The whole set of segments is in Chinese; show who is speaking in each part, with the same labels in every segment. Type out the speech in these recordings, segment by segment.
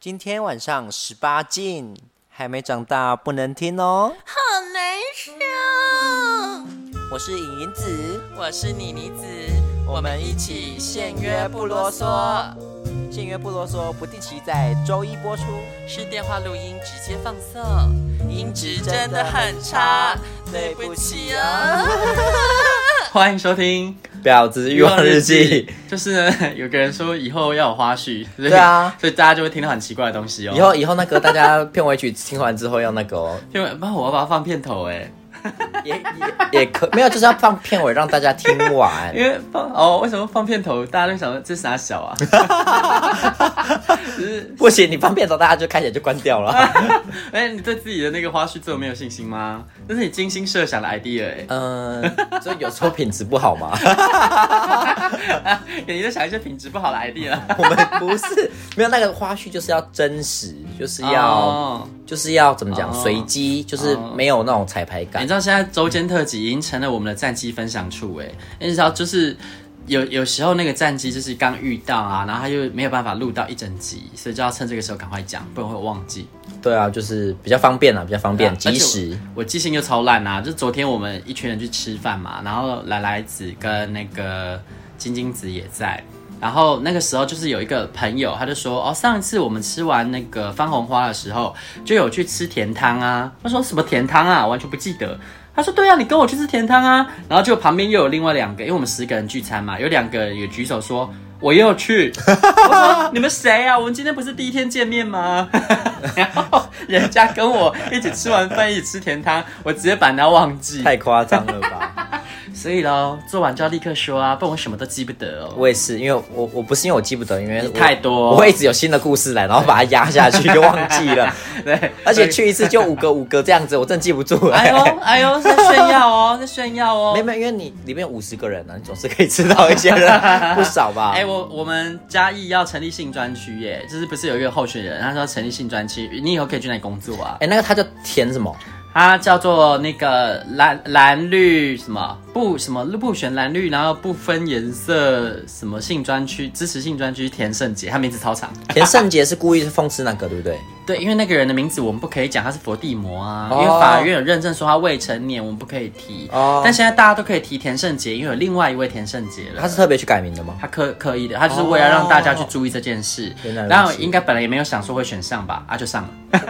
Speaker 1: 今天晚上十八禁，还没长大不能听哦。
Speaker 2: 好难受。
Speaker 1: 我是影影子，
Speaker 3: 我是妮妮子，
Speaker 1: 我们一起限约不啰嗦。限约不啰嗦不定期在周一播出，
Speaker 3: 是电话录音直接放送，音质真的很差，对不起哦。欢迎收听
Speaker 1: 《婊子欲望日记》。
Speaker 3: 就是呢 有个人说以后要有花絮，所以
Speaker 1: 对啊
Speaker 3: 所以大家就会听到很奇怪的东西哦。
Speaker 1: 以后以后那个大家片尾曲听完之后要那个 哦，
Speaker 3: 因为不然我要把它放片头哎，
Speaker 1: 也也也可没有，就是要放片尾让大家听完
Speaker 3: 因。为放哦为什么放片头？大家就想说这傻小啊，就是
Speaker 1: 不行，你放片头大家就开始就关掉 了。
Speaker 3: 哎你对自己的那个花絮最后没有信心吗？这是你精心设想的 idea 哎。
Speaker 1: 嗯，所以有时候品质不好 嘛。
Speaker 3: 你在想一些品质不好的 idea，
Speaker 1: 我们不是没有那个花絮，就是要真实，就是要、
Speaker 3: 哦
Speaker 1: 就是要怎么讲，
Speaker 3: 哦
Speaker 1: 随机，就是没有那种彩排
Speaker 3: 哎你
Speaker 1: 感。
Speaker 3: 知道现在周间特辑已经成了我们的战绩分享处哎，你知道就是有有时候那个战绩就是刚遇到啊，然后他又没有办法录到一整集，所以就要趁这个时候赶快讲，不然会忘记。
Speaker 1: 对啊，就是比较方便啦，比较方便，
Speaker 3: 啊
Speaker 1: 及时。
Speaker 3: 我记性又超烂啊！就昨天我们一群人去吃饭嘛，然后来来子跟那个晶晶子也在。然后那个时候就是有一个朋友，他就说哦，上一次我们吃完那个番红花的时候，就有去吃甜汤啊。他说什么甜汤啊，完全不记得。他说对啊，你跟我去吃甜汤啊。然后就旁边又有另外两个，因为我们十个人聚餐嘛，有两个也举手说我也有去。我说你们谁啊？我们今天不是第一天见面吗？ 然后人家跟我一起吃完饭，一起吃甜汤，我直接把人家忘记。
Speaker 1: 太夸张了 吧？
Speaker 3: 所以咯，做完就要立刻说啊，不然我什么都记不得哦。
Speaker 1: 我也是，因为我我不是因为我记不得，因为
Speaker 3: 你
Speaker 1: 我
Speaker 3: 太多
Speaker 1: 我会一直有新的故事来，然后把它压下去就忘记了。
Speaker 3: 对，
Speaker 1: 而且去一次就五个五个这样子，我真记不住、
Speaker 3: 哎 呦哎呦，在炫耀哦，在炫耀哦
Speaker 1: 没。有没有，因为你里面五十个人呢、啊，你总是可以吃到一些 人，不少吧？
Speaker 3: 哎、我我们嘉义要成立性专区耶，就是不是有一个候选人，他说要成立性专区，你以后可以去那里工作啊
Speaker 1: 哎、。那个他叫填什么？
Speaker 3: 他叫做那个蓝蓝绿什么不什么不选蓝绿，然后不分颜色什么性专区支持性专区田胜杰，他名字超长。
Speaker 1: 田圣杰是故意讽刺那个，对不对？
Speaker 3: 对，因为那个人的名字我们不可以讲，他是佛地魔啊，
Speaker 1: 哦
Speaker 3: 因为法院有认证说他未成年，我们不可以提。
Speaker 1: 哦
Speaker 3: 但现在大家都可以提田胜杰，因为有另外一位田胜杰了。
Speaker 1: 他是特别去改名的吗？
Speaker 3: 他刻刻意的，他就是为了让大家去注意这件事。
Speaker 1: 哦原来如此
Speaker 3: 然后应该本来也没有想说会选上吧，啊就上了。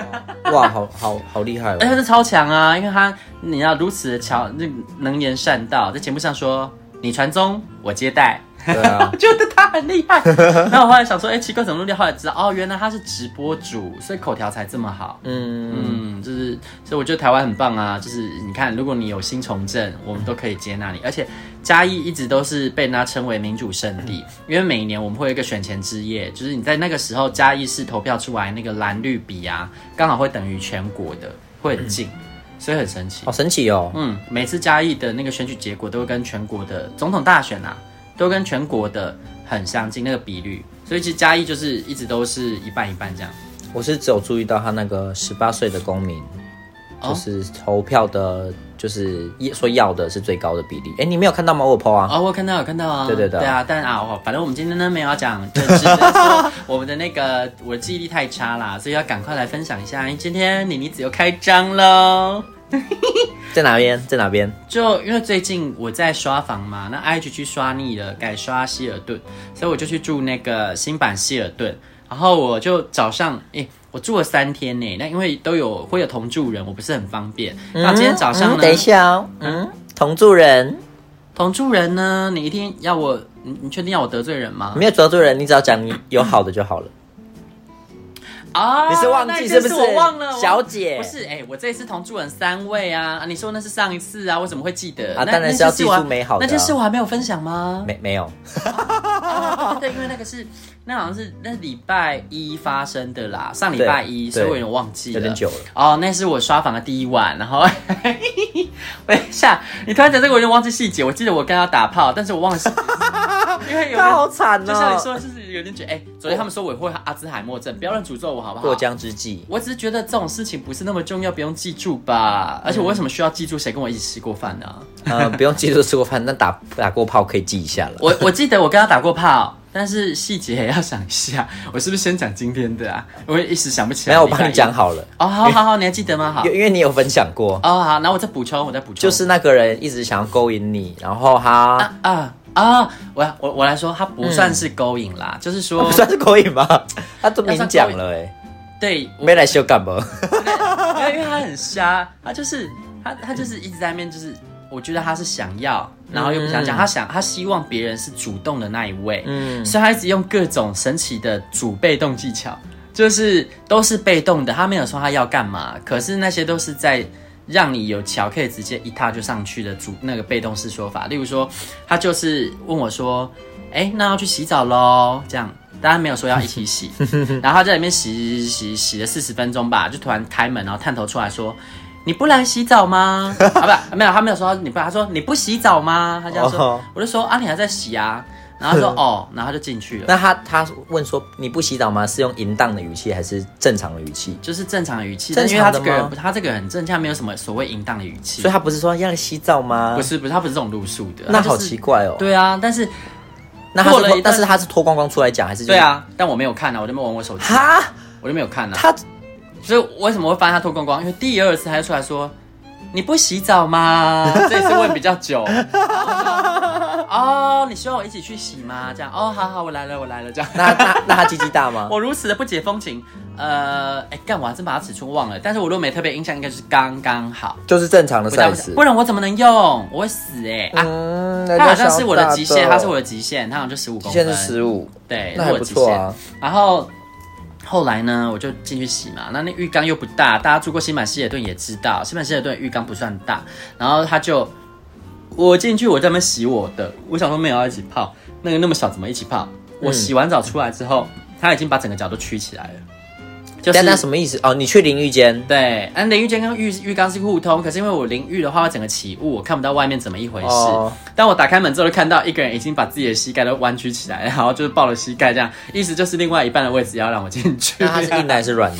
Speaker 1: 哇，好好好厉害
Speaker 3: 而且
Speaker 1: 哦！
Speaker 3: 他是超强啊，因为他你要如此的巧，那能言善道，在节目上说你传宗，我接 代。
Speaker 1: 对啊，
Speaker 3: 觉得他很厉害，然后我后来想说，哎、奇怪，怎么录掉？后来知道，哦，原来他是直播主，所以口条才这么好。
Speaker 1: 嗯，
Speaker 3: 嗯，就是，所以我觉得台湾很棒啊！就是你看，如果你有新从政，我们都可以接纳你。而且嘉义一直都是被人家称为民主圣地，因为每一年我们会有一个选前之夜，就是你在那个时候嘉义市投票出来那个蓝绿比啊，刚好会等于全国的，会很近， 所以很神奇
Speaker 1: 好。神奇哦！
Speaker 3: 嗯，每次嘉义的那个选举结果都会跟全国的总统大选啊，都跟全国的很相近那个比率，所以其实嘉义就是一直都是一半一半这样。
Speaker 1: 我是只有注意到他那个十八岁的公民，
Speaker 3: 哦
Speaker 1: 就是投票的，就是说要的是最高的比例。哎、你没有看到吗？我有 PO 啊。
Speaker 3: 哦，我有看到，有看到啊，
Speaker 1: 对对对
Speaker 3: 对啊，但啊，我反正我们今天呢没有要讲，就只 是说我们的那个我的记忆力太差啦，所以要赶快来分享一下。今天妮妮子又开张喽，
Speaker 1: 在哪边？在哪边？
Speaker 3: 就因为最近我在刷房嘛，那 IG 去刷腻了，改刷希尔顿，所以我就去住那个新版希尔顿，然后我就早上诶。我住了三天呢，那因为都有会有同住人，我不是很方便。那今天早上呢？
Speaker 1: 嗯等一下哦。嗯，同住人
Speaker 3: 同住人呢？你一定要我，你你确定要我得罪人吗？
Speaker 1: 没有得罪人，你只要讲你有好的就好了。
Speaker 3: 啊，
Speaker 1: 你是忘
Speaker 3: 那一
Speaker 1: 记
Speaker 3: 件
Speaker 1: 是不
Speaker 3: 事
Speaker 1: 是？
Speaker 3: 我忘了，我
Speaker 1: 小姐
Speaker 3: 不是，哎、我这一次同住人三位啊，啊你说那是上一次啊，我怎么会记得？
Speaker 1: 啊
Speaker 3: 那
Speaker 1: 当然
Speaker 3: 那
Speaker 1: 是要
Speaker 3: 件事
Speaker 1: 记住
Speaker 3: 我还
Speaker 1: 美好的啊
Speaker 3: 那件事我还没有分享吗？
Speaker 1: 没没有，
Speaker 3: 啊对，因为那个是，那好像是那礼拜一发生的啦，上礼拜一，
Speaker 1: 对
Speaker 3: 所以我有点忘记了，
Speaker 1: 有点久了。
Speaker 3: 哦，那是我刷房的第一晚，然后， 等一下，你突然讲这个，我有点忘记细节。我记得我跟他打炮，但是我忘 了细节，因为有
Speaker 1: 他好
Speaker 3: 点。
Speaker 1: 惨哦。
Speaker 3: 就像你说，就是有点觉得，哎、昨天他们说我会阿兹海默症，不要乱诅咒我好不好？
Speaker 1: 过江之鲫，
Speaker 3: 我只是觉得这种事情不是那么重要，不用记住吧。
Speaker 1: 嗯
Speaker 3: 而且我为什么需要记住谁跟我一起吃过饭呢、
Speaker 1: 呃，不用记住吃过饭，但打打过炮可以记一下了。
Speaker 3: 我我记得我跟他打过炮，但是细节也要想一下。我是不是先讲今天的啊？我也一时想不起
Speaker 1: 没
Speaker 3: 来。
Speaker 1: 有，我帮你讲
Speaker 3: 好。
Speaker 1: 好了，
Speaker 3: 哦，好好好，你还记得吗？好
Speaker 1: 因。为因为你有分享过，
Speaker 3: 哦，好，那我再补充，我再补充。
Speaker 1: 就是那个人一直想要勾引你，然后他、
Speaker 3: 啊啊啊！我我我来说，它不算是勾引啦，就是说
Speaker 1: 嗯哦不， 算是勾引 吧？他都明讲了哎、
Speaker 3: 对，我
Speaker 1: 没来修干嘛？
Speaker 3: 因为因为他很瞎，他就是他他就是一直在面，就是我觉得他是想要，然后又不想讲，
Speaker 1: 嗯
Speaker 3: 他想他希望别人是主动的那一位，
Speaker 1: 嗯
Speaker 3: 所以他一直用各种神奇的主被动技巧，就是都是被动的，他没有说他要干嘛，可是那些都是在。让你有桥可以直接一踏就上去的主那个被动式说法，例如说，他就是问我说：“哎、那要去洗澡喽？”这样，当然没有说要一 起洗，然后他在里面洗洗洗洗了四十分钟吧，就突然开门，然后探头出来说：“你不来洗澡 吗？”啊，不，没有，他没有说你不，他说你不洗澡吗？他这样说
Speaker 1: 哦，
Speaker 3: 我就说啊，你还在洗啊？然后他说哦，然后他就进去了，
Speaker 1: 那他他问说你不洗澡吗？是用淫荡的语气还是正常的语气？
Speaker 3: 就是正常的语气，
Speaker 1: 正
Speaker 3: 但因为
Speaker 1: 常
Speaker 3: 他
Speaker 1: 的
Speaker 3: 这
Speaker 1: 吗
Speaker 3: 个人不，他这个人正向没有什么所谓淫荡的语气，
Speaker 1: 所以他不是说要洗澡吗？
Speaker 3: 不，是不是他不是这种路数的，
Speaker 1: 那
Speaker 3: 他就
Speaker 1: 好
Speaker 3: 是
Speaker 1: 奇。怪哦。，
Speaker 3: 对啊，但是
Speaker 1: 那他
Speaker 3: 过了
Speaker 1: 是
Speaker 3: 一
Speaker 1: 但
Speaker 3: 段
Speaker 1: 是他是脱光光出来讲还是、
Speaker 3: 对？啊，但我没有看啊，我就没玩我手机，
Speaker 1: 哈，
Speaker 3: 我就没有看啊。
Speaker 1: 他
Speaker 3: 所以为什么会发现他脱光光？因为第二次他就出来说：“你不洗澡吗？” 这一次问比较久。然后我就哦，你希望我一起去洗吗？这样哦，好好，我来了，我来了，这样。
Speaker 1: 那那那他鸡鸡大吗？
Speaker 3: 我如此的不解风情，呃，哎，干，我还真把它尺寸忘了，但是我如果没特别印象，应该就是刚刚好，
Speaker 1: 就是正常的
Speaker 3: 不然
Speaker 1: size
Speaker 3: 不。然我怎么能用？我会死哎、啊！
Speaker 1: 嗯，
Speaker 3: 它好像是我的极限，它是我
Speaker 1: 的
Speaker 3: 的极限，它好像就十五
Speaker 1: 极
Speaker 3: 公
Speaker 1: 限
Speaker 3: 分，
Speaker 1: 是十五，
Speaker 3: 对，
Speaker 1: 那还
Speaker 3: 是我
Speaker 1: 不
Speaker 3: 的极
Speaker 1: 错
Speaker 3: 限
Speaker 1: 啊。
Speaker 3: 然后后来呢，我就进去洗嘛。那那浴缸又不大，大家住过新版希尔顿也知道，新版希尔顿浴缸不算大。然后他就我进去，我在那边洗我的，我想说没有啊要一起泡，那个那么小怎么一起泡？我洗完澡出来之后，他已经把整个脚都曲起来了，就
Speaker 1: 但那什
Speaker 3: 是。
Speaker 1: 么意思？哦，你去淋浴间，
Speaker 3: 对，嗯，淋浴间跟浴浴缸是互通，可是因为我淋浴的话，会整个起雾，我看不到外面怎么一回事。
Speaker 1: 哦
Speaker 3: 当我打开门之后，就看到一个人已经把自己的膝盖都弯曲起来，然后就是抱了膝盖这样，意思就是另外一半的位置要让我进去。
Speaker 1: 那它是 硬的还是软的？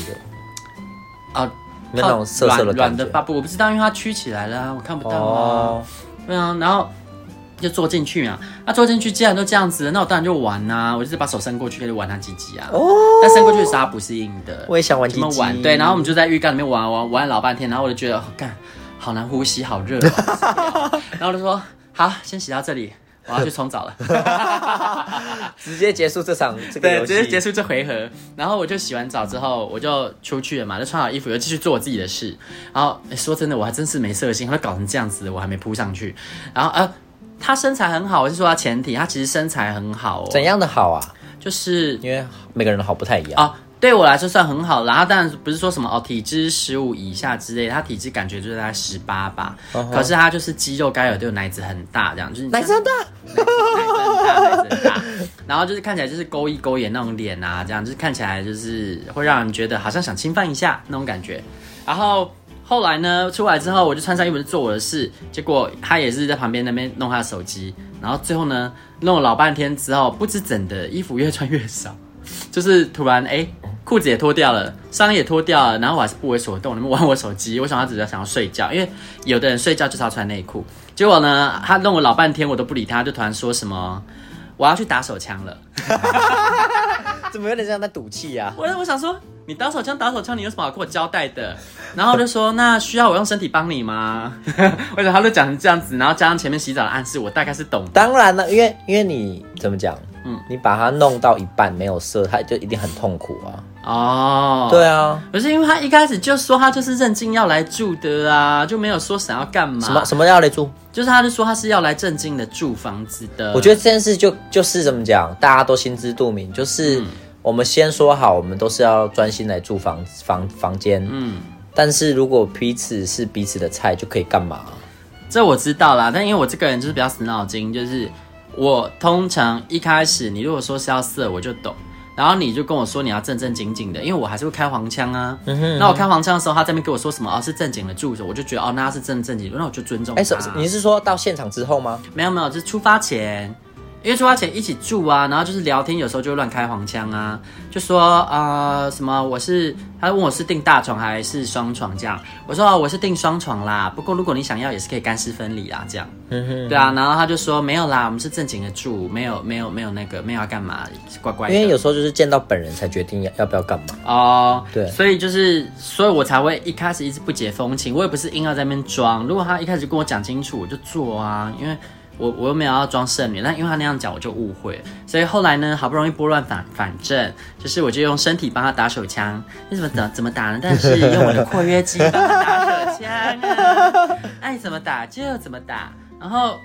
Speaker 3: 啊，
Speaker 1: 没有那种涩
Speaker 3: 软
Speaker 1: 涩的
Speaker 3: 哦软
Speaker 1: 感
Speaker 3: 的
Speaker 1: 觉。
Speaker 3: 吧？不，我不知道，因为它曲起来了啊，我看不到啊。
Speaker 1: 哦，
Speaker 3: 对啊，然后就坐进去嘛。那、坐进去既然都这样子了，那我当然就玩呐、我就是把手伸过去，可以玩它鸡鸡啊。哦，但伸过去的时候它不是硬的，
Speaker 1: 我也想玩
Speaker 3: 怎
Speaker 1: 鸡
Speaker 3: 么
Speaker 1: 鸡。
Speaker 3: 玩？对，然后我们就在浴缸里面玩玩玩了老半天，然后我就觉得，哦干、好难呼吸，好热、 哦。然后我就说，好，先洗到这里，我要去冲澡了。
Speaker 1: 直接结束这场这个
Speaker 3: 对，
Speaker 1: 游
Speaker 3: 直
Speaker 1: 戏，
Speaker 3: 接结束这回合。然后我就洗完澡之后，我就出去了嘛，就穿好衣服，又继续做我自己的事。然后诶说真的，我还真是没色心，他都搞成这样子，我还没扑上去。然后呃，他身材很好，我是说他前提，他其实身材很好哦。
Speaker 1: 怎？样的好啊？
Speaker 3: 就是
Speaker 1: 因为每个人的好不太一样。
Speaker 3: 啊，对我来说算很好啦。他当然不是说什么哦，体脂十五以下之类，他体脂感觉就是在十八吧。可是他就是肌肉该有的有奶子很大，这样就是你
Speaker 1: 奶真大，
Speaker 3: 奶子很大奶子很大，然后就是看起来就是勾一勾眼那种脸啊，这样就是看起来就是会让人觉得好像想侵犯一下那种感觉。然后后来呢，出来之后我就穿上衣服就做我的事，结果他也是在旁边那边弄他的手机，然后最后呢弄了老半天之后，不知怎的衣服越穿越少，就是突然哎。裤子也脱掉了，上衣也脱掉了，然后我还是不为所动，你们玩我手机。我想他只是想要睡觉，因为有的人睡觉就是要穿内裤。结果呢，他弄我老半天，我都不理他，就突然说什么我要去打手枪了。
Speaker 1: 啊怎么有点像在赌气啊？
Speaker 3: 我我想说，你打手枪打手枪，你有什么好跟我交代的？ 然后我就说，那需要我用身体帮你吗？ 我想他都讲成这样子，然后加上前面洗澡的暗示，我大概是懂的。
Speaker 1: 当然了，因为因为你怎么讲，嗯，你把它弄到一半没有射，它就一定很痛苦啊。
Speaker 3: 哦，
Speaker 1: 对啊，
Speaker 3: 可是因为他一开始就说他就是认真要来住的啊，就没有说想要干嘛。
Speaker 1: 什么什么要来住？
Speaker 3: 就是他就说他是要来正经的住房子的。
Speaker 1: 我觉得这件事就就是怎么讲，大家都心知肚明，就是
Speaker 3: 嗯
Speaker 1: 我们先说好，我们都是要专心来住房房房间，嗯。但是如果彼此是彼此的菜，就可以干
Speaker 3: 哦
Speaker 1: 嘛？
Speaker 3: 这我知道啦，但因为我这个人就是比较死脑筋，就是我通常一开始你如果说是要色，我就懂。然后你就跟我说你要正正经经的，因为我还是会开黄腔啊。那我开黄腔的时候，他在那边跟我说什么哦是正经的住所，我就觉得哦
Speaker 1: 哎
Speaker 3: 那他是正正经的，那我就尊重他。
Speaker 1: 哎、什你是说到现场之后吗？
Speaker 3: 没有没有，就是出发前，因为出发前一起住啊，然后就是聊天，有时候就会乱开黄腔啊，就说呃什么我是，他问我是订大床还是双床这样，我说、啊我是订双床啦，不过如果你想要也是可以干湿分离啦这样，
Speaker 1: 嗯
Speaker 3: 对啊，然后他就说没有啦，我们是正经的住，没有没有没有那个没有要干嘛，乖乖的，
Speaker 1: 因为有时候就是见到本人才决定要要不要干嘛。
Speaker 3: 哦，
Speaker 1: 对
Speaker 3: 所以就是，所以我才会一开始一直不解风情，我也不是硬要在那边装。如果他一开始就跟我讲清楚，我就做啊，因为我我又没有要装剩女，但因为他那样讲，我就误会了。所以后来呢，好不容易拨乱反反正，就是我就用身体帮他打手枪，你怎么打怎么打呢？但是用我的括约肌帮他打手枪啊，爱怎么打就怎么打，然后。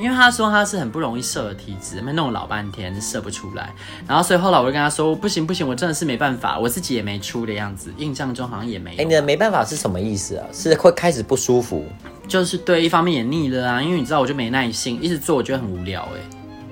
Speaker 3: 因为他说他是很不容易射的体质，那弄了老半天射不出来，然后所以后来我就跟他说不行不行，我真的是没办法，我自己也没出的样子，印象中好像也没
Speaker 1: 哎，
Speaker 3: 有
Speaker 1: 你，的没办法是什么意思啊？是会开始不舒服，
Speaker 3: 就是对一方面也腻了啊，因为你知道我就没耐性，一直做我觉得很无聊哎、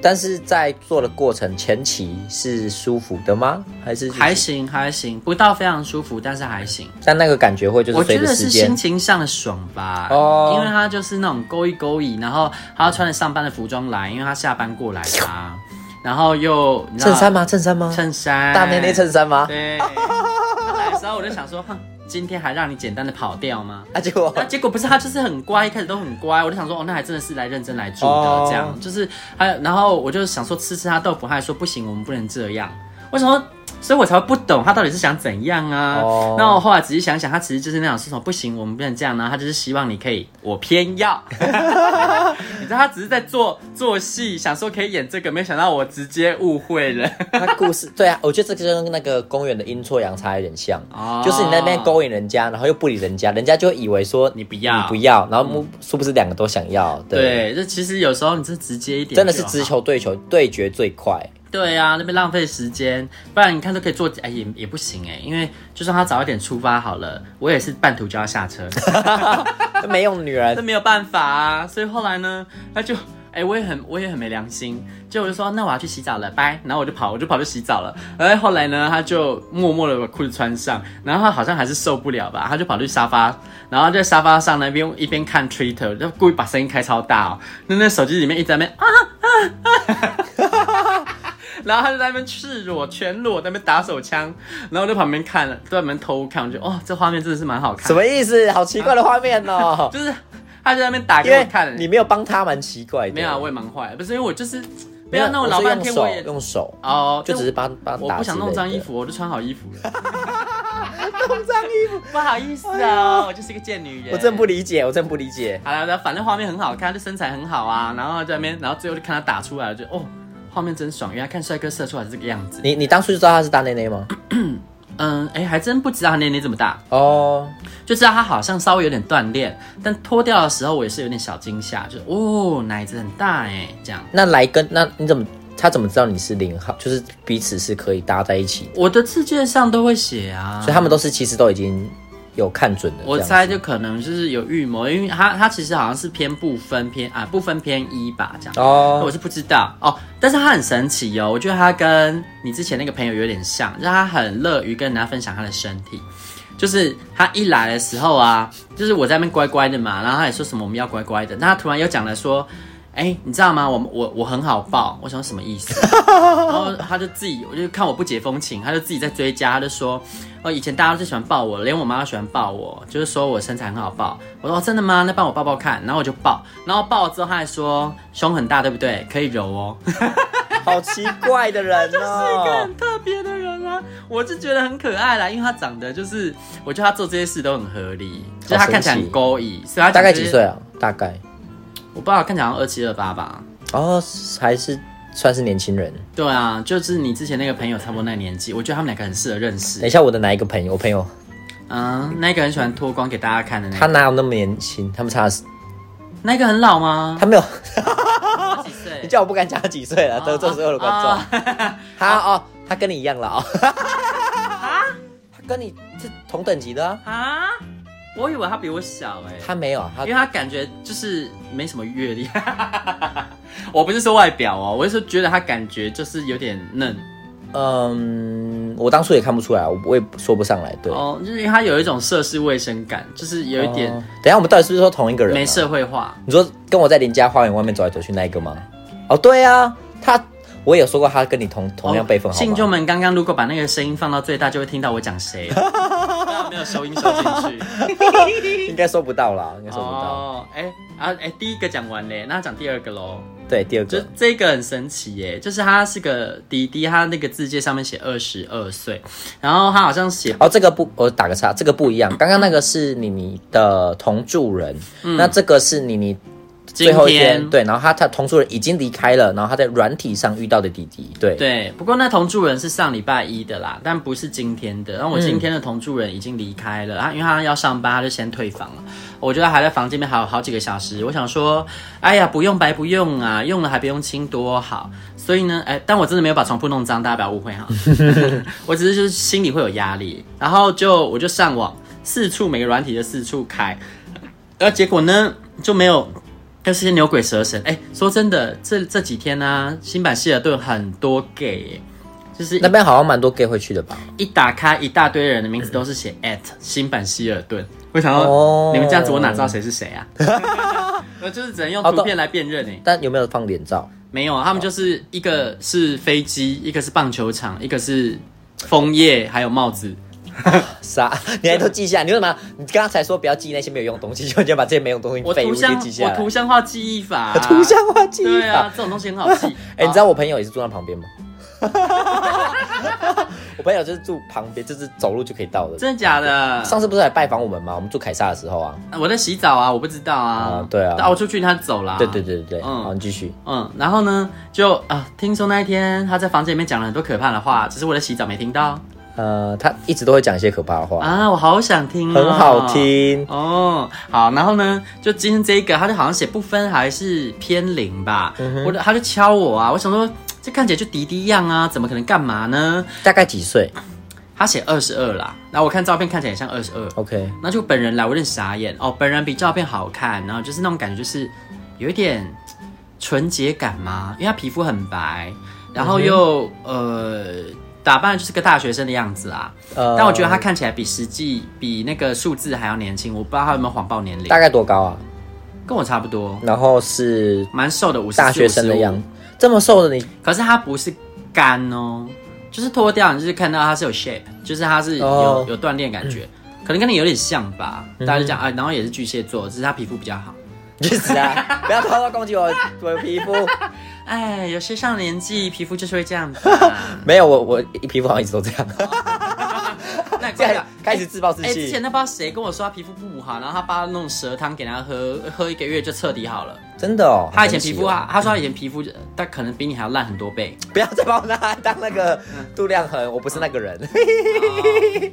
Speaker 1: 但是在做的过程前期是舒服的吗？还是
Speaker 3: 还？行还行，不到非常舒服，但是还行，
Speaker 1: 但那个感觉会就
Speaker 3: 我
Speaker 1: 是随
Speaker 3: 觉
Speaker 1: 着
Speaker 3: 得
Speaker 1: 时
Speaker 3: 是
Speaker 1: 间
Speaker 3: 心，情上的爽吧，
Speaker 1: 哦
Speaker 3: 因为他就是那种勾一勾引，然后他要穿着上班的服装来，因为他下班过来的啊，然后又你知道
Speaker 1: 衬衫吗？衬衫吗？
Speaker 3: 衬衫
Speaker 1: 大内内衬衫吗？
Speaker 3: 对，他来的时候我就想说，哼，今天还让你简单的跑掉吗？
Speaker 1: 啊，结果
Speaker 3: 那结果不是他就是很乖，一开始都很乖，我就想说，哦，那还真的是来认真来住的，
Speaker 1: 哦
Speaker 3: 这样就是还有，然后我就想说吃吃他豆腐，他还说不行，我们不能这样。我想说，所以我才会不懂他到底是想怎样啊。
Speaker 1: 哦
Speaker 3: 那我后来仔细想想，他其实就是那种说什么不行，我们不能这样，啊然后他就是希望你可以，我偏要。 你知道他只是在做做戏，想说可以演这个，没想到我直接误会了。
Speaker 1: 他故事对啊，我觉得这个跟那个公园的阴错阳差有点像，
Speaker 3: 哦
Speaker 1: 就是你在那边勾引人家，然后又不理人家，人家就会以为说
Speaker 3: 你不要嗯
Speaker 1: 你不要，然后目殊不知两个都想要，对，
Speaker 3: 对，就其实有时候你是啊直接一点，
Speaker 1: 真的是直。球对球对决最快，
Speaker 3: 对啊，那边浪费时间，不然你看都可以做，哎、也也不行哎、因为就算他早一点出发好了，我也是半途就要下车，
Speaker 1: 这没用女
Speaker 3: 这
Speaker 1: 人，
Speaker 3: 没有办法啊。所以后来呢，他就。哎、我也很，我也很没良心，就我就说，那我要去洗澡了，拜。然后我就跑，我就跑去洗澡了。哎然后后来呢，他就默默的把裤子穿上，然后他好像还是受不了吧，他就跑去沙发，然后在沙发上那边一边看 Twitter，就故意把声音开超大哦，那那手机里面一直在那边啊然后他就在那边赤裸、全裸在那边打手枪，然后我在旁边看了，在旁边偷看，我觉得哦，这画面真的是蛮好看
Speaker 1: 什
Speaker 3: 的，
Speaker 1: 么意思？好奇怪的画面哦，
Speaker 3: 就是他 就在那边打
Speaker 1: 因
Speaker 3: 给我
Speaker 1: 为
Speaker 3: 看，
Speaker 1: 你没有帮他，蛮奇怪的，
Speaker 3: 没有啊，我也蛮坏的，不是因为我就是不
Speaker 1: 没有，
Speaker 3: 要弄
Speaker 1: 我
Speaker 3: 老
Speaker 1: 是
Speaker 3: 半天，我也
Speaker 1: 用手用手，
Speaker 3: 哦，
Speaker 1: 就只是帮帮
Speaker 3: 我
Speaker 1: 打
Speaker 3: 不想
Speaker 1: 之
Speaker 3: 弄
Speaker 1: 类
Speaker 3: 脏衣
Speaker 1: 的
Speaker 3: 服，我就穿好衣服 了，
Speaker 1: 弄脏衣服，
Speaker 3: 不好意思啊、我就是个贱女人，
Speaker 1: 哎我真不理解，我真不理解。
Speaker 3: 好了，反正画面很好看，他就身材很好啊，然后在那边，然后最后就看他打出来，我就哦，画面真爽，原来看帅哥射出来是这个样子，
Speaker 1: 你你当初就知道他是大内内吗？
Speaker 3: 嗯，哎，还真不知道他年龄这么大。
Speaker 1: 哦，
Speaker 3: 就知道他好像稍微有点锻炼，但脱掉的时候我也是有点小惊吓，就是哦，奶子很大哎，这样。
Speaker 1: 那来跟那你怎么他怎么知道你是零号？就是彼此是可以搭在一起的，
Speaker 3: 我的字界上都会写啊，
Speaker 1: 所以他们都是其实都已经有看准了。
Speaker 3: 我
Speaker 1: 这样子
Speaker 3: 猜就可能就是有预谋，因为他他其实好像是偏不分偏啊不分偏一吧这样。我
Speaker 1: 哦，
Speaker 3: 是不知道哦，但是他很神奇哦，我觉得他跟你之前那个朋友有点像，就是他很乐于跟人家分享他的身体。就是他一来的时候啊，就是我在那边乖乖的嘛，然后他也说什么我们要乖乖的，那他突然又讲了说，哎、你知道吗？我我我很好抱，我想说什么意 思？然后他就自己，我就看我不解风情，他就自己在追加，他就说，哦，以前大家都最喜欢抱我，连我妈都喜欢抱我，就是说我身材很好抱。我说、哦、真的吗？那帮我抱抱看，然后我就抱，然后抱了之后他还说胸很大，对不对？可以揉哦。
Speaker 1: 好奇怪的人
Speaker 3: 是一个
Speaker 1: 哦
Speaker 3: 很。特别的人啊，我就觉得很可爱啦，因为他长得就是，我觉得他做这些事都很合理，就是他看起来很勾引，所以他
Speaker 1: 大概
Speaker 3: 其
Speaker 1: 几
Speaker 3: 实
Speaker 1: 岁？啊？大概
Speaker 3: 我不知道，看起来好像二七二八吧。
Speaker 1: 哦，还是算是年轻人。
Speaker 3: 对啊，就是你之前那个朋友差不多那年纪，我觉得他们两个很适合认
Speaker 1: 等
Speaker 3: 识
Speaker 1: 一。下，我的哪一个朋友？我朋友
Speaker 3: 嗯，那个很喜欢脱光给大家看的那
Speaker 1: 他
Speaker 3: 个，
Speaker 1: 哪有那么年轻？他们差
Speaker 3: 那个很老吗？
Speaker 1: 他没有，
Speaker 3: 他几岁？
Speaker 1: 你叫我不敢讲他几岁
Speaker 3: 哦
Speaker 1: 了，得罪所有的观众。
Speaker 3: 众。
Speaker 1: 他哦，他跟你一样老。他 跟你是同等级的啊？
Speaker 3: 啊，我以为他比我小哎、
Speaker 1: 他没有啊，他
Speaker 3: 因为他感觉就是没什么阅历。 我不是说外表哦，我是说觉得他感觉就是有点嫩
Speaker 1: 嗯，我当初也看不出来，我我也说不上来。对，
Speaker 3: 哦，就是因为他有一种涉世未深感，就是有一点
Speaker 1: 哦啊等一下，我们到底是不是说同一个人、
Speaker 3: 没。社会化。
Speaker 1: 你说跟我在邻家花园外面走来走去那一个吗？哦，对啊，他我也有说过他跟你同同样辈分，好
Speaker 3: 哦信众
Speaker 1: 吗？
Speaker 3: 们刚刚如果把那个声音放到最大，就会听到我 讲谁。当然没有收音收进去。
Speaker 1: 应该收不到啦，应该 收不到。
Speaker 3: 哦，哎、啊哎、第一个讲完嘞，那讲第二个喽。
Speaker 1: 对，第二
Speaker 3: 就
Speaker 1: 个
Speaker 3: 这个很神奇耶，就是他是个弟弟，他那个字界上面写二十二岁，然后他好像写
Speaker 1: 哦，这个不，我打个岔，这个不一样。刚刚那个是妮妮的同住人，那这个是妮妮
Speaker 3: 嗯今
Speaker 1: 最后一
Speaker 3: 天
Speaker 1: 对，然后他他同住人已经离开了，然后他在软体上遇到的弟弟，对，
Speaker 3: 对，不过那同住人是上礼拜一的啦，但不是今天的。然后我今天的同住人已经离开了，他、啊因为他要上班，他就先退房了。我觉得还在房间里面还有好几个小时，我想说，哎呀，不用白不用啊，用了还不用清，多好。所以呢，哎，但我真的没有把床铺弄脏，大家不要误会哈。我只是就是心里会有压力，然后就我就上网四处每个软体的四处开，然后结果呢就没有但是牛鬼蛇神，哎、说真的，这这几天呢、新版希尔顿很多 gay，耶就是
Speaker 1: 那边好像蛮多 gay 会去的吧？
Speaker 3: 一打开一大堆人的名字都是写 at 新版希尔顿，我想要、
Speaker 1: 哦
Speaker 3: 你们这样子，我哪知道谁是谁 啊？我就是只能用图片来辨认诶、
Speaker 1: 但有没有放脸照？
Speaker 3: 没有啊，他们就是一个是飞机，一个是棒球场，一个是枫叶，还有帽子。
Speaker 1: 啥？你还都记下？你为什么？你刚才说不要记那些没有用的东西，就你要把这些没用的东
Speaker 3: 我
Speaker 1: 西废
Speaker 3: 图
Speaker 1: 物给
Speaker 3: 像
Speaker 1: 记下
Speaker 3: 我
Speaker 1: 来？
Speaker 3: 图像化记忆法、
Speaker 1: 图像化记忆
Speaker 3: 对啊
Speaker 1: 法。，
Speaker 3: 这种东西很好记。
Speaker 1: 哎、你知道我朋友也是住那旁边吗？ 我朋友就是住旁边，就是走路就可以到的。
Speaker 3: 哦真的假的？
Speaker 1: 上次不是来拜访我们吗？我们住凯撒的时候啊。
Speaker 3: 我在洗澡啊，我不知道啊。
Speaker 1: 啊对啊
Speaker 3: 但我出去他走了、
Speaker 1: 对对。对对对，
Speaker 3: 嗯
Speaker 1: 好，你继续。
Speaker 3: 嗯，然后呢，就啊、听说那一天他在房间里面讲了很多可怕的话，只是我在洗澡没听到
Speaker 1: 呃，他一直都会讲一些可怕的话，
Speaker 3: 啊，我好想听、哦，
Speaker 1: 很好。听。
Speaker 3: 哦，好，然后呢，就今天这一个，他就好像写不分还是偏零吧，
Speaker 1: 嗯
Speaker 3: 我就他就敲我啊，我想说这看起来就迪迪样啊，怎么可能干嘛呢？
Speaker 1: 大概几岁
Speaker 3: 他写二十二啦，然后我看照片看起来也像二十二，
Speaker 1: ？OK，
Speaker 3: 那就本人来，我有点傻眼哦。本人比照片好看，然后就是那种感觉，就是有一点纯洁感嘛，因为他皮肤很白，然后又、
Speaker 1: 嗯
Speaker 3: 呃打扮就是个大学生的样子啊。
Speaker 1: 呃
Speaker 3: 但我觉得他看起来比实际比那个数字还要年轻，我不知道他有没有谎报年龄
Speaker 1: 大，概多高啊？
Speaker 3: 跟我差不多，
Speaker 1: 然后是
Speaker 3: 蛮瘦的，五十
Speaker 1: 大学生的样
Speaker 3: 子。
Speaker 1: 子，这么瘦的你
Speaker 3: 可是他不是干哦，就是脱掉你就是看到他是有 shape，就是他是有、
Speaker 1: 哦嗯
Speaker 3: 有锻炼感觉。可能跟你有点像吧，大家就讲啊，然后也是巨蟹座，只是他皮肤比较好。
Speaker 1: 去死啊！ 不要偷偷攻击我我的皮肤。
Speaker 3: 哎，有些上年纪皮肤就是会这样子、啊
Speaker 1: 没有，我我皮肤好像一直都这样，
Speaker 3: 那你
Speaker 1: 这
Speaker 3: 快点
Speaker 1: 样开始自暴自
Speaker 3: 哎、之
Speaker 1: 弃
Speaker 3: 前。那不知道谁跟我说他皮肤不好，然后他爸弄蛇汤给他喝，喝一个月就彻底好了。
Speaker 1: 真的哦，
Speaker 3: 他以前皮肤
Speaker 1: 好
Speaker 3: 啊，他说他以前皮肤，但可能比你还要烂很多倍。
Speaker 1: 神奇哦，不要再把我拿来当那个
Speaker 3: 嗯
Speaker 1: 度量衡，我不是那个人。
Speaker 3: 哦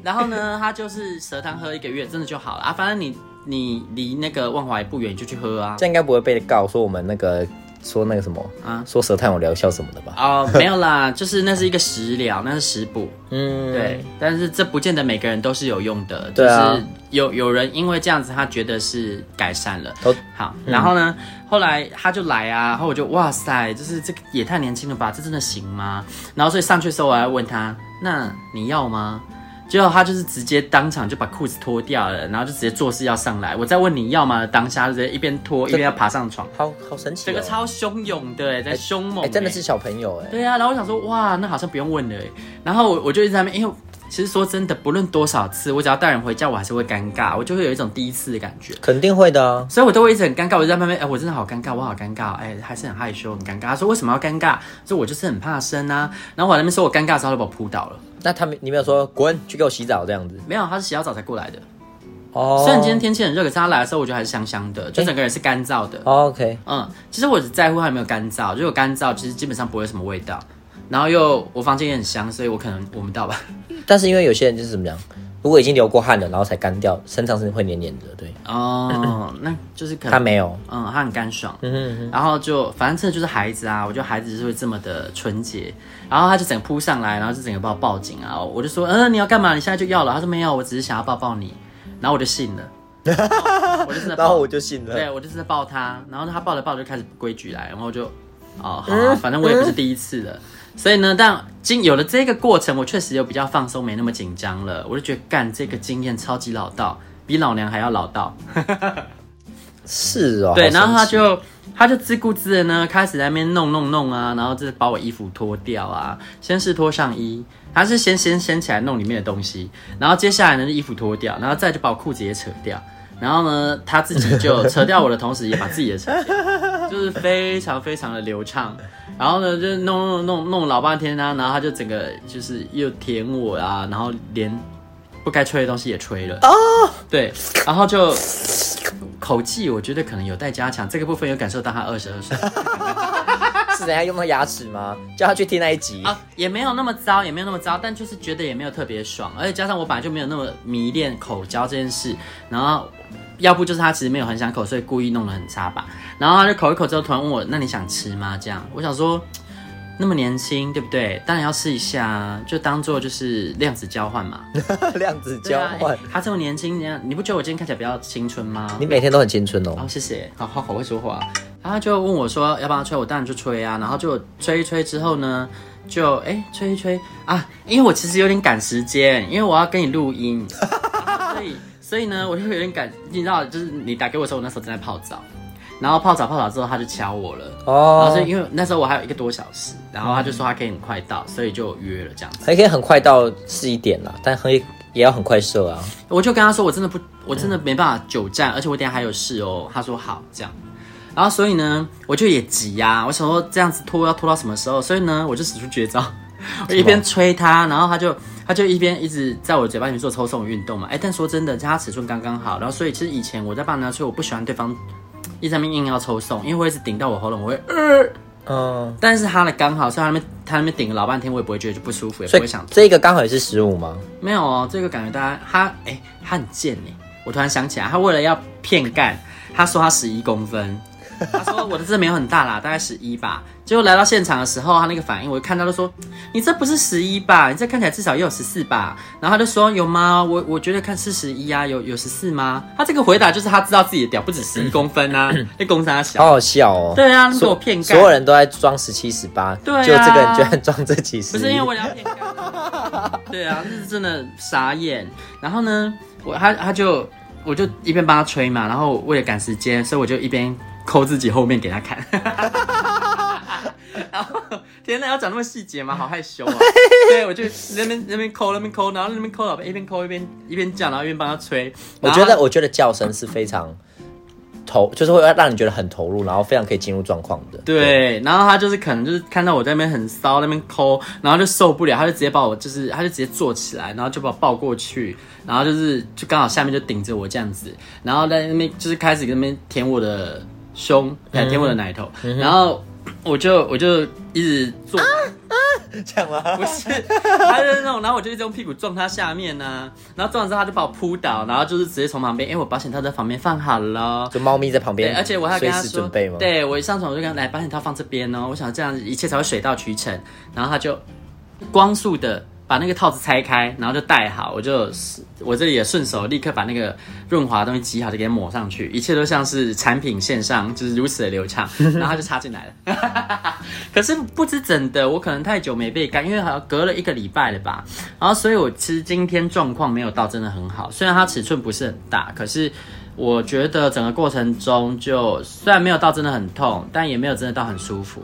Speaker 3: 然后呢，他就是蛇汤喝一个月，真的就好了啊。反正你你离那个万华也不远，你就去喝啊
Speaker 1: 这。样应该不会被告说我们那个说那个什么
Speaker 3: 啊
Speaker 1: 说舌苔有疗效什么的吧？
Speaker 3: 哦，没有啦，就是那是一个食疗，那是食补。
Speaker 1: 嗯，
Speaker 3: 对，，但是这不见得每个人都是有用的，就
Speaker 1: 对啊
Speaker 3: 是有有人因为这样子，他觉得是改善了
Speaker 1: 都。嗯
Speaker 3: 好，然后呢，后来他就来啊，然后我就哇塞，就是这个也太年轻了吧，这真的行吗？然后所以上去的时候，我还问他，那你要吗？结果他就是直接当场就把裤子脱掉了，然后就直接做事要上来。我在问你要吗的当下，就直接一边脱一边要爬上床，
Speaker 1: 好好神奇、哦，
Speaker 3: 整个超汹涌的、欸在凶猛、
Speaker 1: 哎、真的是小朋友哎、
Speaker 3: 对啊，然后我想说，哇，那好像不用问了欸。然后我我就一直在那边，因为其实说真的，不论多少次，我只要带人回家，我还是会尴尬，我就会有一种第一次的感觉。
Speaker 1: 肯定会的啊。
Speaker 3: 所以我都会一直很尴尬，我就在旁边，哎、我真的好尴尬，我好尴尬，哎、还是很害羞，很尴尬。他说为什么要尴尬？说我就是很怕生啊。然后我在那边说我尴尬的时候，他就把我扑倒了。
Speaker 1: 那他们你没有说滚去给我洗澡这样子
Speaker 3: 没有，他是洗好澡才过来的。
Speaker 1: 哦？
Speaker 3: 虽然今天天气很热，可是他来的时候，我觉得还是香香的，就整个人是干燥的。
Speaker 1: 哦 OK，
Speaker 3: 嗯，其实我只在乎它有没有干燥，如果干燥，其实基本上不会有什么味道。然后又我房间也很香，所以我可能闻不到吧。
Speaker 1: 但是因为有些人就是怎么讲，如果已经流过汗了，然后才干掉，身上是会黏黏的。对，
Speaker 3: 哦， 那就是可
Speaker 1: 他
Speaker 3: 能，
Speaker 1: 没有，
Speaker 3: 嗯，他很干爽，
Speaker 1: 嗯哼嗯哼
Speaker 3: 然后就反正这就是孩子啊，我觉得孩子就是会这么的纯洁，然后他就整个扑上来，然后就整个把我抱紧啊，我就说，嗯、你要干嘛？你现在就要了？他说没有，我只是想要抱抱你，然后我就信了，然后我就真的抱，
Speaker 1: 然后我就信了。
Speaker 3: 对啊我就是在抱他，然后他抱着抱着就开始不规矩来，然后我就，哦，好、啊，反正我也不是第一次了。所以呢，但经有了这个过程，我确实有比较放松，没那么紧张了。我就觉得干这个经验超级老道，比老娘还要老道。
Speaker 1: 是哦，好神
Speaker 3: 对，
Speaker 1: 奇
Speaker 3: 然后他就他就自顾自的呢，开始在那边弄弄弄啊，然后就是把我衣服脱掉啊，先是脱上衣，他是先先掀起来弄里面的东西，然后接下来呢衣服脱掉，然后再就把我裤子也扯掉，然后呢他自己就扯掉我的同时，也把自己的扯 掉，就是非常非常的流畅。然后呢，就是弄弄弄弄老半天啊，然后他就整个就是又舔我啊，然后连不该吹的东西也吹了哦，对，然后就口技，我觉得可能有待加强，这个部分有感受到他二十二岁
Speaker 1: 是人家用到牙齿吗？ 叫他去听那一集。
Speaker 3: 啊，也没有那么糟，也没有那么糟，但就是觉得也没有特别爽，而且加上我本来就没有那么迷恋口交这件事，然后要不就是他其实没有很想口，所以故意弄得很差吧，然后他就口一口之后突然问我，那你想吃吗？这样，我想说。那么年轻，对不对？当然要试一下啊，就当做就是量子交换嘛。
Speaker 1: 量子
Speaker 3: 对
Speaker 1: 交
Speaker 3: 啊
Speaker 1: 换
Speaker 3: 哎，他这么年轻，你看你不觉得我今天看起来比较青春吗？
Speaker 1: 你每天都很青春哦
Speaker 3: 哦，。谢谢，好好好会说话。然后他就问我说要不要吹，我当然就吹啊。然后就吹一吹之后呢，就哎、吹一吹啊，因为我其实有点赶时间，因为我要跟你录音，啊所以所以呢我就有点赶，你知道，就是你打给我的时候，我那时候正在泡澡，然后泡澡泡澡之后他就敲我了，然后
Speaker 1: 哦
Speaker 3: 是，因为那时候我还有一个多小时，然后他就说他可以很快到，所以就约了这样子。
Speaker 1: 还可以很快到是一点啦，但可以也要很快射啊。
Speaker 3: 我就跟他说，我真的不，我真的
Speaker 1: 嗯
Speaker 3: 没办法久站，而且我等一下还有事哦。他说好，这样。然后所以呢，我就也急呀、我想说这样子拖要拖到什么时候？所以呢，我就使出绝招， 我一边吹他，然后他就他就一边一直在我嘴巴里面做抽送运动嘛。哎，但说真的，他尺寸刚刚好，然后所以其实以前我在帮他吹，我不喜欢对方一直在那边硬要抽送，因为我一直顶到我喉咙，我会呃。
Speaker 1: 嗯，
Speaker 3: 但是他的刚好，所以他那边他那边顶了老半天，我也不会觉得不舒服，也不
Speaker 1: 所
Speaker 3: 会
Speaker 1: 以
Speaker 3: 想
Speaker 1: 这个刚好也是十五吗？
Speaker 3: 没有哦，这个感觉大家他哎、他很贱哎！我突然想起来，他为了要骗干，他说他十一公分，他说我的这没有很大啦，大 概十一吧。结果来到现场的时候，他那个反应，我一看到就说你这不是十一吧？你这看起来至少也有十四吧？然后他就说有吗？我我觉得看是十一啊，有有十四吗？他这个回答就是他知道自己的屌不止十一公 分啊，那公差小。
Speaker 1: 好好笑哦。
Speaker 3: 对啊，你给
Speaker 1: 所
Speaker 3: 我骗干，
Speaker 1: 所有人都在装十七十八，
Speaker 3: 对啊
Speaker 1: 就这个人居然装这几十，
Speaker 3: 不是因为我要骗
Speaker 1: 啊
Speaker 3: 干。对啊，这是真的傻眼。然后呢，我他他就我就一边帮他吹嘛，然后为了赶时间，所以我就一边抠自己后面给他看。然后天哪，要讲那么细节吗？好害羞啊！对，我就那边那边抠，那边抠，然后那边抠，老板一边抠一边一边叫，然后一边帮他吹。
Speaker 1: 我
Speaker 3: 然后
Speaker 1: 觉得我觉得叫声是非常投，就是会让你觉得很投入，然后非常可以进入状况的。
Speaker 3: 对，然后他就是可能就是看到我在那边很骚，那边抠，然后就受不了，他就直接把我就是，他就直接坐起来，然后就把我抱过去，然后就是就刚好下面就顶着我这样子，然后在那边就是开始在那边舔我的胸，哎舔我的奶头，然后我就我就一直坐。
Speaker 1: 这样吗？
Speaker 3: 不是，他就是那种，然后我就一直用屁股撞他下面呢、然后撞完之后他就把我扑倒，然后就是直接从旁边，因为我保险套在旁边放好了，
Speaker 1: 就猫咪在旁边，
Speaker 3: 对，而且我还要跟他
Speaker 1: 随时
Speaker 3: 说
Speaker 1: 准备吗？，
Speaker 3: 对我一上床我就跟他来把你套放这边哦，我想这样一切才会水到渠成。然后他就光速的把那个套子拆开，然后就戴好，我就我这里也顺手立刻把那个润滑的东西挤好，就给抹上去，一切都像是产品线上就是如此的流畅。然后他就插进来了，可是不知怎的，我可能太久没被干，因为好像隔了一个礼拜了吧。然后所以我其实今天状况没有到真的很好，虽然它尺寸不是很大，可是我觉得整个过程中就虽然没有到真的很痛，但也没有真的到很舒服，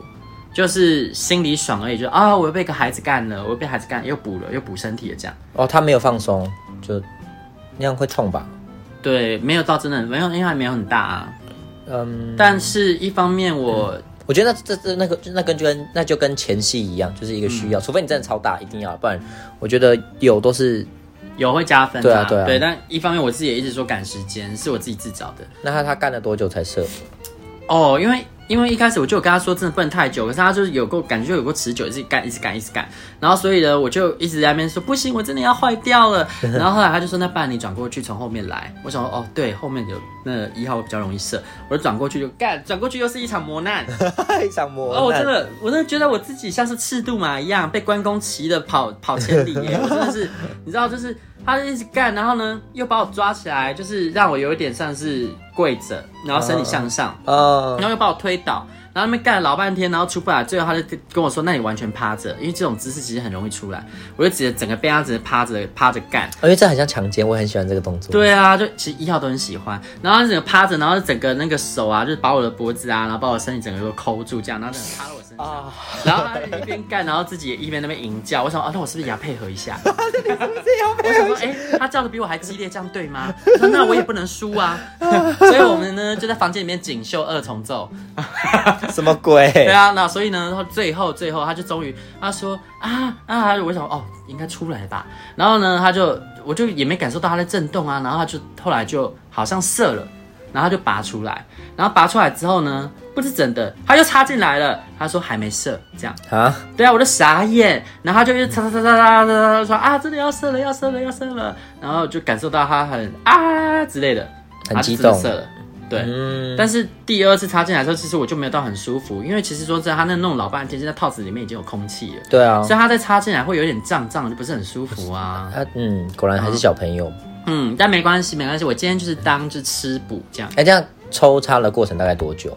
Speaker 3: 就是心里爽而已，就啊、我又被一个孩子干了，我又被孩子干，又补了又补身体了这样。
Speaker 1: 哦，它没有放松，就那样会痛吧？
Speaker 3: 对，没有到真的很没有，因为还没有很大啊。
Speaker 1: 嗯，
Speaker 3: 但是一方面我、
Speaker 1: 我觉得那这这那个那跟就跟那就跟前戏一样，就是一个需
Speaker 3: 嗯
Speaker 1: 要，除非你真的超大，一定要，不然我觉得有都是。
Speaker 3: 有会加分、
Speaker 1: 对啊对啊
Speaker 3: 但一方面我自己也一直说赶时间，是我自己自找的。
Speaker 1: 那他他干了多久才 射？
Speaker 3: 哦，因为因为一开始我就有跟他说，真的不能太久，可是他就是有够感觉就有够持久，一直干一直干一直干，然后所以呢，我就一直在那边说不行，我真的要坏掉了。然后后来他就说，那不然你转过去从后面来。我想说，哦，对，后面有那一号比较容易射，我就转过去就干，转过去又是一场磨难。
Speaker 1: 一场磨
Speaker 3: 哦，我真的，我真的觉得我自己像是赤兔马一样被关公骑的跑跑千里耶！我真的是，你知道，就是他就一直干，然后呢又把我抓起来，就是让我有一点像是跪着，然后身体向上。
Speaker 1: 啊
Speaker 3: 然后又把我推倒，然后那边干了老半天，然后出不来，最后他就跟我说：“那你完全趴着，因为这种姿势其实很容易出来。”我就直接整个被他直接趴着趴着干。
Speaker 1: 因为这很像强奸，我很喜欢这个动作。，
Speaker 3: 对啊，就其实一号都很喜欢，然后他整个趴着，然后整个那个手啊，就是把我的脖子啊，然后把我身体整个都抠住，这样，然后整个趴到我身上，然后他一边干，然后自己也一边那边吟叫，我想啊，那我是不是也要配合一下？我想说，哎、他叫的比我还激烈，这样对吗？ 我说那我也不能输啊， 所以我们呢就在房间里面锦绣二重奏。
Speaker 1: 什么鬼？
Speaker 3: 对啊，那所以呢，他最后最后他就终于他说啊啊，我想哦应该出来吧，然后呢他就我就也没感受到他在震动啊，然后他就后来就好像射了，然后他就拔出来，然后拔出来之后呢，不是真的，他又插进来了，他说还没射这样。
Speaker 1: 啊，
Speaker 3: 对啊，我就傻眼，然后他就一直擦擦擦擦擦擦擦说啊，真的要射了，要射了，要射了，然后就感受到他很啊之类的，
Speaker 1: 很
Speaker 3: 他就
Speaker 1: 激
Speaker 3: 真的
Speaker 1: 动
Speaker 3: 射了，对。
Speaker 1: 嗯，
Speaker 3: 但是第二次插进来的时候，其实我就没有到很舒服，因为其实说真的，他那弄老半天，现在套子里面已经有空气了，
Speaker 1: 对啊
Speaker 3: 所，以他再插进来会有点胀胀，的，就不是很舒 服啊。
Speaker 1: 他嗯，果然还是小朋友。
Speaker 3: 嗯，但没关系，没关系，我今天就是当就吃补这样。
Speaker 1: 哎、这样抽插的过程大概多久？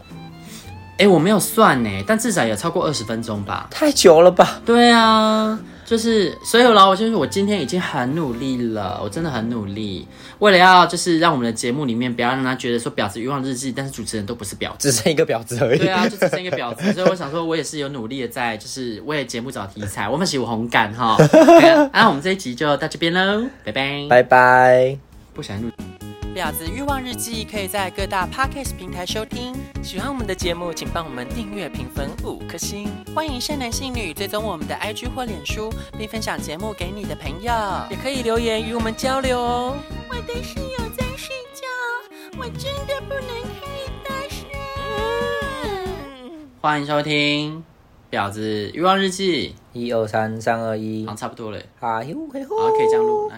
Speaker 3: 哎，我没有算呢，但至少也超过二十分钟吧。
Speaker 1: 太久了吧？
Speaker 3: 对啊，就是所以啦，我就是我今天已经很努力了，我真的很努力，为了要就是让我们的节目里面不要让他觉得说婊子欲望日记，但是主持人都不是婊
Speaker 1: 只
Speaker 3: 子。
Speaker 1: 剩一个婊子而已。
Speaker 3: 对啊，就只剩一个婊子，所以我想说，我也是有努力的在，就是为节目找题材。我们喜欢红感哈，对啊那、我们这一集就到这边喽，拜拜。
Speaker 1: 拜拜。
Speaker 3: 不想录。
Speaker 4: 婊子欲望日记可以在各大 podcast 平台收听。喜欢我们的节目，请帮我们订阅、评分五颗星。欢迎善男信女追踪我们的 IG 或脸书，并分享节目给你的朋友，也可以留言与我们交流哦。
Speaker 2: 我的室友在睡觉，我真的不能开大声。
Speaker 3: 欢迎收听《婊子欲望日记
Speaker 1: 一二三，三二》，一啊
Speaker 3: 好像，差不多了，
Speaker 1: 哈呦嘿吼
Speaker 3: 好，可以这样录。那